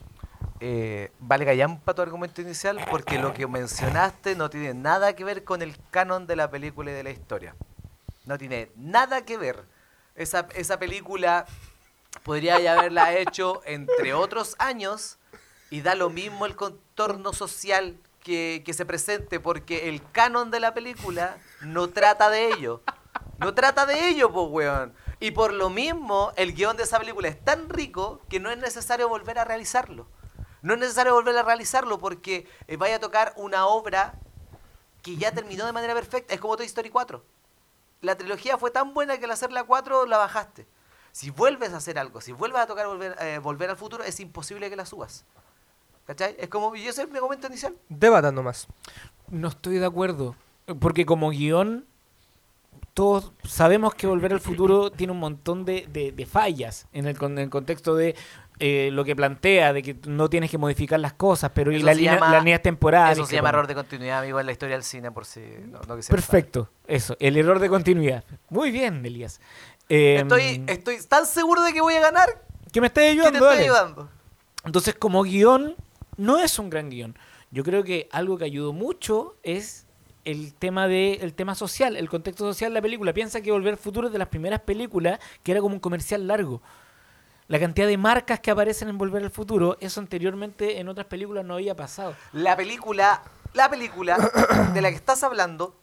Speaker 1: eh, vale gallampa tu argumento inicial porque lo que mencionaste no tiene nada que ver con el canon de la película y de la historia. No tiene nada que ver. Esa, esa película podría ya haberla hecho entre otros años y da lo mismo el contorno social que, que se presente porque el canon de la película no trata de ello. No trata de ello, pues, weón. Y por lo mismo, el guión de esa película es tan rico que no es necesario volver a realizarlo. No es necesario volver a realizarlo porque eh, vaya a tocar una obra que ya terminó de manera perfecta. Es como Toy Story 4. La trilogía fue tan buena que al hacer la 4 la bajaste. Si vuelves a hacer algo, si vuelves a tocar volver, eh, volver al futuro, es imposible que la subas. ¿Cachai? Es como, y ese es mi argumento inicial.
Speaker 3: Debata nomás.
Speaker 2: No estoy de acuerdo, porque como guión, todos sabemos que Volver al Futuro tiene un montón de, de- de fallas en el, con- en el contexto de eh, lo que plantea, de que no tienes que modificar las cosas, pero y
Speaker 1: Eso
Speaker 2: la
Speaker 1: se
Speaker 2: línea,
Speaker 1: llama-
Speaker 2: las líneas temporales.
Speaker 1: Eso se
Speaker 2: que
Speaker 1: llama
Speaker 2: ponen.
Speaker 1: error de continuidad, amigo, en la historia del cine, por si no, no quisiera
Speaker 2: Perfecto, eso, el error de continuidad. Muy bien, Elías. Eh,
Speaker 1: saber. Estoy, estoy tan seguro de que voy a ganar
Speaker 2: que me
Speaker 1: que
Speaker 2: estés
Speaker 1: te
Speaker 2: ayudando,
Speaker 1: estoy
Speaker 2: dale.
Speaker 1: ayudando.
Speaker 2: Entonces, como guión, no es un gran guión. Yo creo que algo que ayudó mucho es el tema de el tema social, el contexto social de la película. Piensa que Volver al Futuro es de las primeras películas que era como un comercial largo. La cantidad de marcas que aparecen en Volver al Futuro, eso anteriormente en otras películas no había pasado.
Speaker 1: La película, la película de la que estás hablando,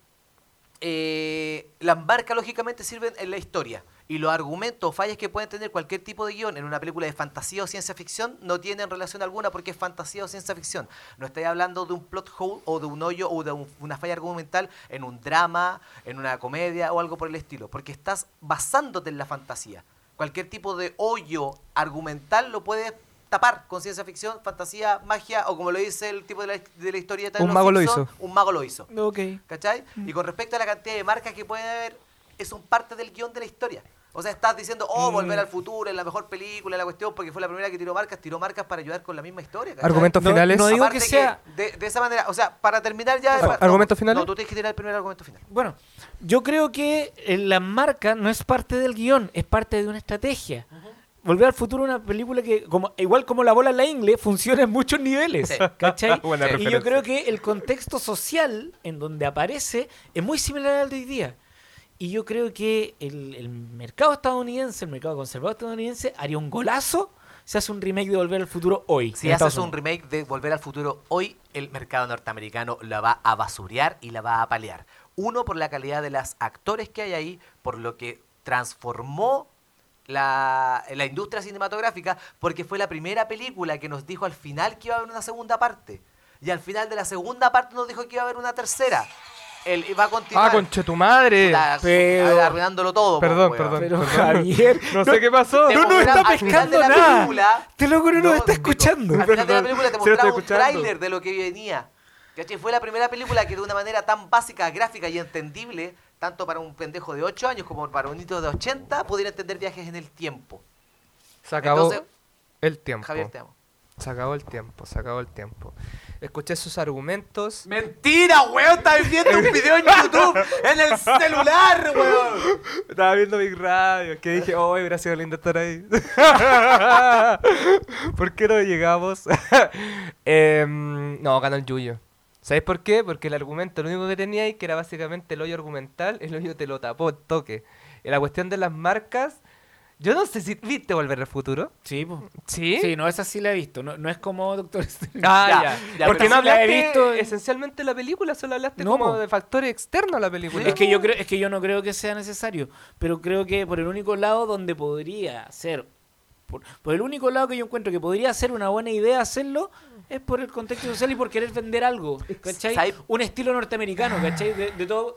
Speaker 1: eh, las marcas lógicamente sirven en la historia. Y los argumentos o fallas que pueden tener cualquier tipo de guión en una película de fantasía o ciencia ficción no tienen relación alguna porque es fantasía o ciencia ficción. No estoy hablando de un plot hole o de un hoyo o de un- una falla argumental en un drama, en una comedia o algo por el estilo. Porque estás basándote en la fantasía. Cualquier tipo de hoyo argumental lo puedes tapar con ciencia ficción, fantasía, magia o como lo dice el tipo de la, de la historia de
Speaker 3: Un
Speaker 1: Los
Speaker 3: mago lo
Speaker 1: Simpson,
Speaker 3: hizo.
Speaker 1: Un mago lo hizo.
Speaker 2: Ok.
Speaker 1: ¿Cachai?
Speaker 2: Mm.
Speaker 1: Y con respecto a la cantidad de marcas que puede haber, es un parte del guión de la historia. O sea, estás diciendo,
Speaker 2: Mm.
Speaker 1: oh, volver al futuro es la mejor película, la cuestión, porque fue la primera que tiró marcas, tiró marcas para ayudar con la misma historia. ¿cachai?
Speaker 3: Argumentos
Speaker 2: No-
Speaker 3: finales.
Speaker 2: no digo
Speaker 1: Aparte
Speaker 2: que sea-
Speaker 1: de, de esa manera, o sea, para terminar ya.
Speaker 3: Ar-
Speaker 1: para- no,
Speaker 3: ¿argumentos finales?
Speaker 1: No, tú tienes que tirar el primer argumento final.
Speaker 2: Bueno, yo creo que eh, la marca no es parte del guión, es parte de una estrategia. Volver al futuro una película que, como, igual como la bola en la ingle, funciona en muchos niveles.
Speaker 1: Sí.
Speaker 2: ¿Cachai?
Speaker 3: Buena
Speaker 2: y
Speaker 3: referencia.
Speaker 2: yo creo que el contexto social en donde aparece es muy similar al de hoy día. Y yo creo que el, el mercado estadounidense, el mercado conservador estadounidense, haría un golazo si hace un remake de Volver al Futuro hoy.
Speaker 1: Si
Speaker 2: en
Speaker 1: haces
Speaker 2: Estados
Speaker 1: un
Speaker 2: Unidos.
Speaker 1: remake de Volver al Futuro hoy, el mercado norteamericano la va a basurear y la va a paliar. Uno, por la calidad de los actores que hay ahí, por lo que transformó la, la industria cinematográfica, porque fue la primera película que nos dijo al final que iba a haber una segunda parte. Y al final de la segunda parte nos dijo que iba a haber una tercera. Él va a continuar.
Speaker 3: Ah, conche tu madre.
Speaker 1: Puta,
Speaker 2: pero-
Speaker 1: arruinándolo todo. po,
Speaker 3: Perdón,
Speaker 1: weón.
Speaker 3: perdón.
Speaker 2: Pero
Speaker 3: Perdón.
Speaker 2: Javier,
Speaker 3: No sé qué pasó.
Speaker 1: Te
Speaker 2: No, no
Speaker 1: mostraron
Speaker 2: está
Speaker 1: al final de la
Speaker 2: pescando nada.
Speaker 1: película-
Speaker 2: Te lo juro, no está
Speaker 1: digo,
Speaker 2: escuchando.
Speaker 1: Al final de la
Speaker 3: Perdón.
Speaker 1: película te
Speaker 3: Sí, lo estoy
Speaker 1: mostraba un
Speaker 3: escuchando.
Speaker 1: tráiler de lo que venía. ¿Cachai? Fue la primera película que de una manera tan básica, gráfica y entendible, tanto para un pendejo de 8 años como para un niño de 80, pudiera entender viajes en el tiempo.
Speaker 3: Se acabó
Speaker 1: Entonces,
Speaker 3: el tiempo.
Speaker 1: Javier, te amo.
Speaker 3: Se acabó el tiempo, se acabó el tiempo. Escuché sus argumentos.
Speaker 1: ¡Mentira, weón! ¡Estás viendo un video en YouTube en el celular, weón!
Speaker 3: Estaba viendo Big Radio, que dije, oh, hubiera sido lindo estar ahí. ¿Por qué no llegamos? Em, no, ganó el Yuyo. ¿Sabéis por qué? Porque el argumento, lo único que tenía ahí, que era básicamente el hoyo argumental, el hoyo te lo tapó, el toque. Y la cuestión de las marcas, yo no sé si viste Volver al Futuro.
Speaker 2: Sí, po.
Speaker 3: ¿Sí?
Speaker 2: Sí, no, esa sí la he visto. No, no es como Doctor Strange.
Speaker 3: Ah,
Speaker 1: Ya,
Speaker 3: ya.
Speaker 1: ya,
Speaker 3: Porque
Speaker 1: pero
Speaker 3: no
Speaker 2: sí la he
Speaker 3: hablaste
Speaker 2: visto en-
Speaker 3: esencialmente de la película, solo hablaste
Speaker 2: No,
Speaker 3: como
Speaker 2: po.
Speaker 3: de factores externos a la película.
Speaker 2: Es que yo creo, es que yo no creo que sea necesario, pero creo que por el único lado donde podría ser, por, por el único lado que yo encuentro que podría ser una buena idea hacerlo es por el contexto social y por querer vender algo, ¿cachai?
Speaker 1: ¿Sabes?
Speaker 2: Un estilo norteamericano, ¿cachai? De, de todo.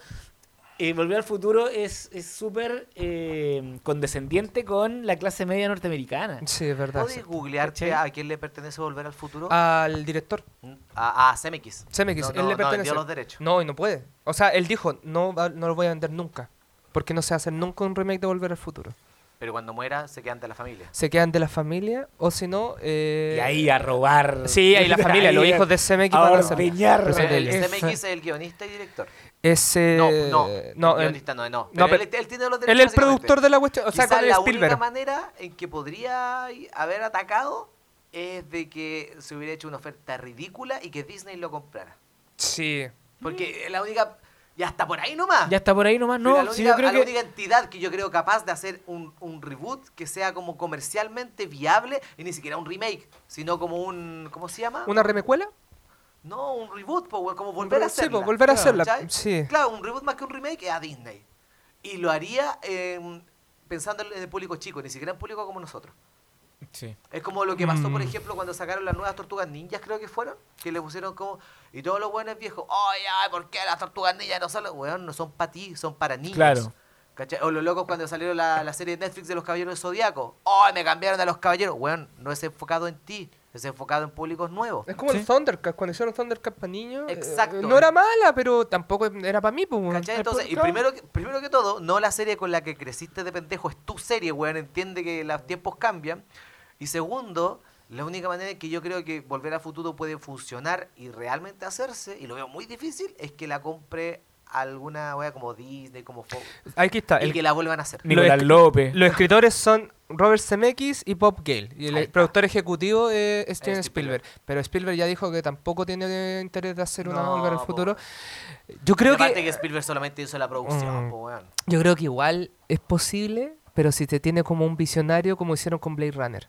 Speaker 2: eh, Volver al futuro es es súper eh, condescendiente con la clase media norteamericana.
Speaker 3: Sí, es verdad. sí.
Speaker 1: ¿Puedes googlearte a quién le pertenece Volver al Futuro? A,
Speaker 3: Al director.
Speaker 1: a Zemeckis.
Speaker 3: Ah. Zemeckis,
Speaker 1: No,
Speaker 3: él
Speaker 1: no,
Speaker 3: le
Speaker 1: no,
Speaker 3: pertenece.
Speaker 1: vendió los derechos.
Speaker 3: No, y no puede. O sea, él dijo, no, va- no lo voy a vender nunca. Porque no se hace nunca un remake de Volver al Futuro.
Speaker 1: Pero cuando muera, se quedan de la familia.
Speaker 3: Se quedan de la familia, o si no... eh,
Speaker 2: Y ahí a robar.
Speaker 3: Sí, ahí la familia, los hijos de Zemeckis
Speaker 2: a
Speaker 3: van a salir.
Speaker 2: ordeñar.
Speaker 3: Pero
Speaker 1: Pero
Speaker 3: se
Speaker 1: Eh, el
Speaker 3: te-
Speaker 1: CMX es el guionista y director.
Speaker 3: es... eh,
Speaker 1: no, no,
Speaker 3: no,
Speaker 1: el
Speaker 3: eh,
Speaker 1: guionista no, no. Pero
Speaker 3: pero
Speaker 1: él, él tiene los derechos.
Speaker 3: él es el productor de la cuestión, o sea,
Speaker 1: Quizás
Speaker 3: con el
Speaker 1: la
Speaker 3: Spielberg.
Speaker 1: única manera en que podría haber atacado es de que se hubiera hecho una oferta ridícula y que Disney lo comprara.
Speaker 3: Sí.
Speaker 1: Porque es
Speaker 3: Mm.
Speaker 1: la única... Ya está por ahí nomás.
Speaker 2: Ya está por ahí nomás,
Speaker 1: Pero
Speaker 2: no.
Speaker 1: la única,
Speaker 2: sí, yo creo
Speaker 1: a la
Speaker 2: que-
Speaker 1: única entidad que yo creo capaz de hacer un, un reboot que sea como comercialmente viable, y ni siquiera un remake, sino como un... ¿Cómo se llama?
Speaker 3: ¿Una remecuela?
Speaker 1: No, un reboot, po, weón, como volver a
Speaker 3: reboot, sí,
Speaker 1: hacerla.
Speaker 3: po, volver a hacerla,
Speaker 1: ¿cachai?
Speaker 3: sí.
Speaker 1: Claro, un reboot más que un remake es a Disney. Y lo haría eh, pensando en el público chico, ni siquiera en público como nosotros.
Speaker 2: Sí.
Speaker 1: Es como lo que pasó, por
Speaker 3: Mm.
Speaker 1: ejemplo, cuando sacaron las nuevas tortugas ninjas, creo que fueron, que le pusieron como. Y todos los buenos viejos, ¡ay, ay, ¿por qué las tortugas ninjas no son. Weón, no son para ti, son para niños.
Speaker 2: Claro.
Speaker 1: ¿Cachai? O los locos cuando salieron la, la serie de Netflix de los Caballeros del Zodíaco, ¡ay, me cambiaron a los caballeros! Weón, no es enfocado en ti, es enfocado en públicos nuevos.
Speaker 3: Es como
Speaker 2: Sí.
Speaker 3: el Thundercats, cuando hicieron Thundercats para niños. eh,
Speaker 1: Exacto.
Speaker 3: no era mala, pero tampoco era para mí, pues.
Speaker 1: ¿Cachai? Entonces, y primero, que- primero que todo, no la serie con la que creciste de pendejo es tu serie, weón. Entiende que los tiempos cambian. Y segundo, la única manera en que yo creo que Volver a Futuro puede funcionar y realmente hacerse, y lo veo muy difícil, es que la compre alguna wea como Disney, como Fox,
Speaker 2: Ah,
Speaker 3: Aquí está.
Speaker 1: y
Speaker 3: el-
Speaker 1: que la vuelvan a hacer.
Speaker 3: Ni-
Speaker 2: Nicolás
Speaker 3: escri-
Speaker 2: López.
Speaker 3: Los escritores son Robert Zemeckis y Bob Gale. Y
Speaker 1: Ahí
Speaker 3: el
Speaker 1: está.
Speaker 3: productor ejecutivo eh, es Steven
Speaker 1: Es Spielberg.
Speaker 3: Spielberg. Pero Spielberg ya dijo que tampoco tiene eh, interés de hacer una
Speaker 1: No,
Speaker 3: Volver al
Speaker 1: po.
Speaker 3: Futuro. Yo
Speaker 1: Y
Speaker 3: creo
Speaker 1: aparte
Speaker 3: que,
Speaker 1: que Spielberg solamente hizo la producción,
Speaker 3: Mm.
Speaker 1: po, weón.
Speaker 3: yo creo que igual es posible, pero si te tiene como un visionario como hicieron con Blade Runner.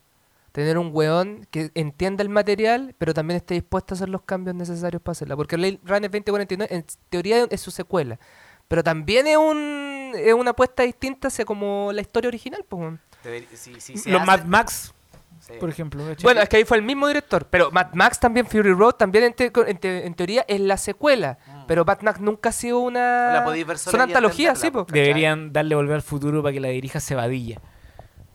Speaker 3: Tener un weón que entienda el material, pero también esté dispuesto a hacer los cambios necesarios para hacerla. Porque Blade Runner 2049 en teoría es su secuela. Pero también es, un, es una apuesta distinta hacia como la historia original. Pues, weón.
Speaker 1: Deber- si- si se
Speaker 2: Los
Speaker 1: hace-
Speaker 2: Mad Max,
Speaker 1: sí.
Speaker 2: por ejemplo. ¿cachai?
Speaker 3: Bueno, es que ahí fue el mismo director, pero Mad Max también, Fury Road también en, te- en te- en teoría es la secuela,
Speaker 1: Mm.
Speaker 3: pero Mad Max nunca ha sido una...
Speaker 1: La podéis ver sola
Speaker 3: Son
Speaker 1: y
Speaker 3: antologías, sí,
Speaker 1: entenderla,
Speaker 3: po.
Speaker 1: po.
Speaker 2: deberían darle volver al futuro para que la dirija Cebadilla.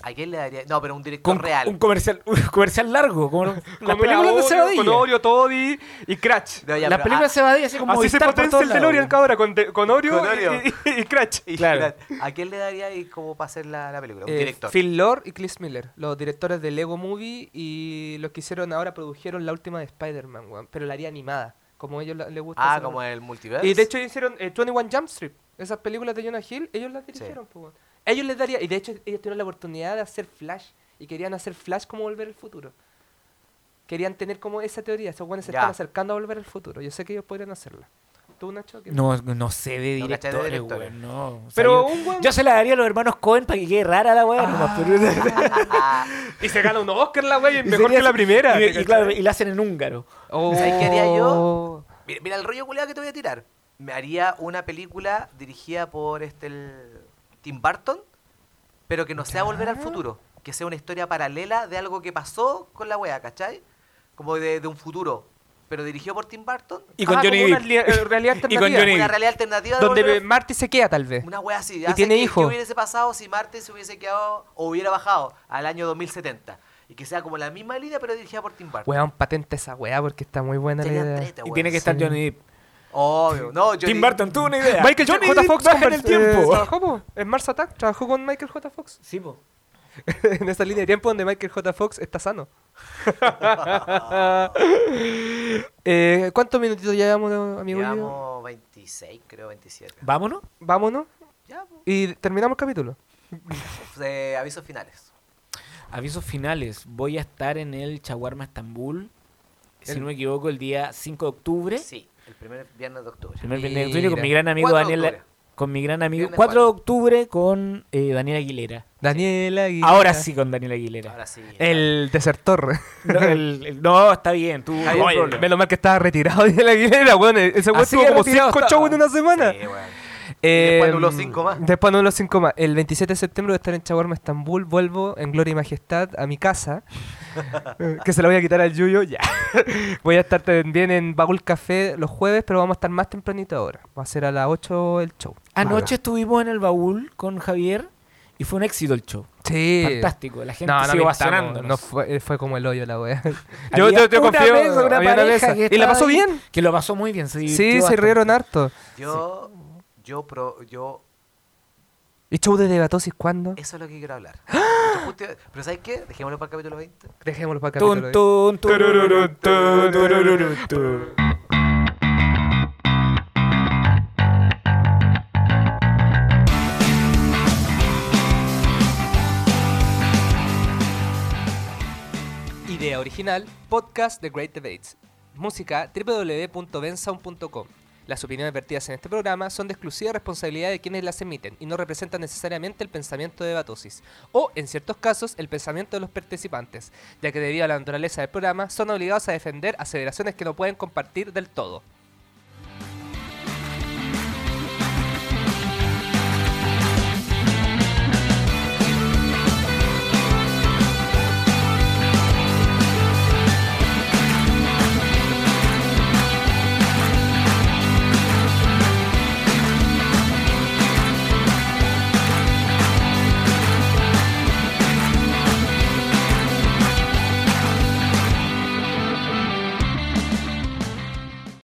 Speaker 1: ¿A quién le daría? No, pero un director
Speaker 2: Con
Speaker 1: real.
Speaker 2: un comercial, un comercial largo, como las películas de Cebadilla.
Speaker 3: Toddy y Crash.
Speaker 1: No, ya,
Speaker 2: las
Speaker 1: pero,
Speaker 2: películas
Speaker 1: ah,
Speaker 2: de Cebadilla, así como Movistar por todos lados, güey.
Speaker 3: ahora con, Oreo,
Speaker 1: Con Oreo. y-
Speaker 3: Crash.
Speaker 1: y-
Speaker 2: claro. Eh,
Speaker 1: ¿A quién le daría y cómo para hacer la, la película? Un director.
Speaker 3: Eh, Phil Lord y Chris Miller, los directores de Lego Movie y los que hicieron ahora produjeron la última de Spider-Man, weón, pero la haría animada, como a ellos la- les gusta.
Speaker 1: Ah,
Speaker 3: hacer-
Speaker 1: como el multiverso.
Speaker 3: Y de hecho hicieron eh, 21 Jump Street. Esas películas de Jonah Hill, ellos las dirigieron. po, weón. Ellos les daría... Y de hecho ellos tuvieron la oportunidad de hacer Flash. Y querían hacer Flash como Volver al Futuro. Querían tener como esa teoría. Esos buenos se
Speaker 1: Ya.
Speaker 3: están acercando a Volver al Futuro. Yo sé que ellos podrían hacerla. ¿Tú, Nacho? qué-
Speaker 2: No, no sé de
Speaker 1: No, ¿cachai? De
Speaker 2: directores,
Speaker 1: directores.
Speaker 2: güey, no. O sea,
Speaker 3: Pero
Speaker 2: yo,
Speaker 3: un weón-
Speaker 2: yo se la daría a los hermanos Cohen para que quede rara la weá. nomás, pero-
Speaker 1: Ah,
Speaker 3: Y se gana un Oscar la wey,
Speaker 2: Y sería así- Y, y claro, y la hacen en húngaro.
Speaker 1: ¿Sabes qué haría yo? mira, mira el rollo culiado que te voy a tirar. Me haría una película dirigida por este el Tim Burton, pero que no sea volver al futuro. Que sea una historia paralela de algo que pasó con la wea, ¿cachai? Como de, de un futuro. Pero dirigido por Tim Burton.
Speaker 2: Y con
Speaker 3: Ah, como
Speaker 2: Johnny
Speaker 3: una
Speaker 2: Depp.
Speaker 3: lia- eh,
Speaker 2: Y
Speaker 3: realidad
Speaker 2: con
Speaker 3: alternativa,
Speaker 2: Johnny
Speaker 1: Una
Speaker 2: Depp.
Speaker 1: realidad alternativa de
Speaker 3: Donde
Speaker 1: Volver al-
Speaker 3: eh, Marty se queda tal vez.
Speaker 1: Una wea así.
Speaker 3: Y
Speaker 1: hace
Speaker 3: tiene
Speaker 1: que-
Speaker 3: hijo.
Speaker 1: ¿Qué hubiese pasado si Marte se hubiese quedado o hubiera bajado al año 2070? Y que sea como la misma línea, pero dirigida por Tim Burton.
Speaker 3: Weón, patente esa weá porque está muy buena la
Speaker 1: Sería
Speaker 3: idea.
Speaker 1: treta,
Speaker 2: Y
Speaker 1: weón.
Speaker 2: tiene que estar
Speaker 3: sí.
Speaker 2: Johnny Depp.
Speaker 1: Obvio. No, yo
Speaker 2: Tim
Speaker 1: digo-
Speaker 2: Burton tuvo una idea.
Speaker 3: Michael
Speaker 2: Johnny
Speaker 3: J.
Speaker 2: Depp
Speaker 3: Fox
Speaker 2: baja en
Speaker 3: convers-
Speaker 2: el tiempo.
Speaker 3: eh, trabajó, po. en Mars Attack trabajó con Michael J. Fox.
Speaker 2: Sí, po.
Speaker 3: en esa línea de tiempo donde Michael J. Fox está sano. eh, ¿Cuántos minutitos ya llevamos, amigo? Guido?
Speaker 1: Llevamos 26, creo, 27.
Speaker 2: Vámonos.
Speaker 3: Vámonos
Speaker 1: Ya, pues,
Speaker 3: y terminamos el capítulo.
Speaker 1: eh, avisos finales.
Speaker 2: Avisos finales. Voy a estar en el Chaguarma Estambul. Si
Speaker 3: El-
Speaker 2: no me equivoco, el día 5 de octubre.
Speaker 1: Sí, el primer viernes de octubre.
Speaker 2: Primer viernes de
Speaker 3: Mira.
Speaker 2: octubre con mi gran amigo
Speaker 1: 4 de
Speaker 2: Daniel.
Speaker 1: octubre.
Speaker 2: Con mi gran amigo.
Speaker 1: Viernes
Speaker 2: 4 de
Speaker 1: 4.
Speaker 2: octubre con eh, Daniel Aguilera.
Speaker 3: Daniela Aguilera.
Speaker 2: Ahora sí con Daniel Aguilera.
Speaker 1: Ahora sí.
Speaker 3: El desertor.
Speaker 2: No, el- el- no, está bien. Tuvo
Speaker 1: Está
Speaker 2: un
Speaker 1: bien,
Speaker 2: problema.
Speaker 3: Menos mal que estaba retirado de la Aguilera, weón. Ese weón
Speaker 2: Así
Speaker 3: tuvo
Speaker 2: de
Speaker 3: como
Speaker 2: retirado
Speaker 3: 5
Speaker 2: estaba.
Speaker 3: shows en una semana.
Speaker 1: Sí, weón. después
Speaker 3: Em,
Speaker 1: anuló cinco más.
Speaker 3: Después anuló cinco más. El 27 de septiembre voy a estar en Chaguarma, Estambul. Vuelvo en gloria y majestad a mi casa. eh, que se la voy a quitar al Yuyo, ya. voy a estar también en Bagul Café los jueves, pero vamos a estar más tempranito ahora. Va a ser a las 8 el show.
Speaker 2: Anoche estuvimos en el baúl con Javier y fue un éxito el show.
Speaker 3: Sí.
Speaker 2: Fantástico. La gente
Speaker 3: No, no,
Speaker 2: sigue
Speaker 3: mintamos,
Speaker 2: vacionando.
Speaker 3: no fue, eh, fue como el hoyo la wea.
Speaker 2: Había
Speaker 3: yo te,
Speaker 2: una
Speaker 3: confío.
Speaker 2: mesa, una
Speaker 3: había una
Speaker 2: pareja
Speaker 3: mesa.
Speaker 2: que
Speaker 3: Y la
Speaker 2: estaba
Speaker 3: pasó
Speaker 2: ahí,
Speaker 3: bien.
Speaker 2: Que lo pasó muy bien. Se divirtió
Speaker 3: Sí, se
Speaker 2: bastante.
Speaker 3: rieron harto.
Speaker 1: Yo, yo, pro, yo,
Speaker 3: ¿Y show de debatosis cuándo?
Speaker 1: eso es lo que quiero hablar.
Speaker 2: ¡Ah!
Speaker 1: Yo justo- pero ¿sabes qué? Dejémoslo para el capítulo 20.
Speaker 3: Dejémoslo para acá.
Speaker 2: Tun, tun, turururun, turururun, turururun.
Speaker 3: Idea original, podcast The Great Debates. Música, www.bensound.com. Las opiniones vertidas en este programa son de exclusiva responsabilidad de quienes las emiten y no representan necesariamente el pensamiento de Batosis, o, en ciertos casos, el pensamiento de los participantes, ya que debido a la naturaleza del programa son obligados a defender aseveraciones que no pueden compartir del todo.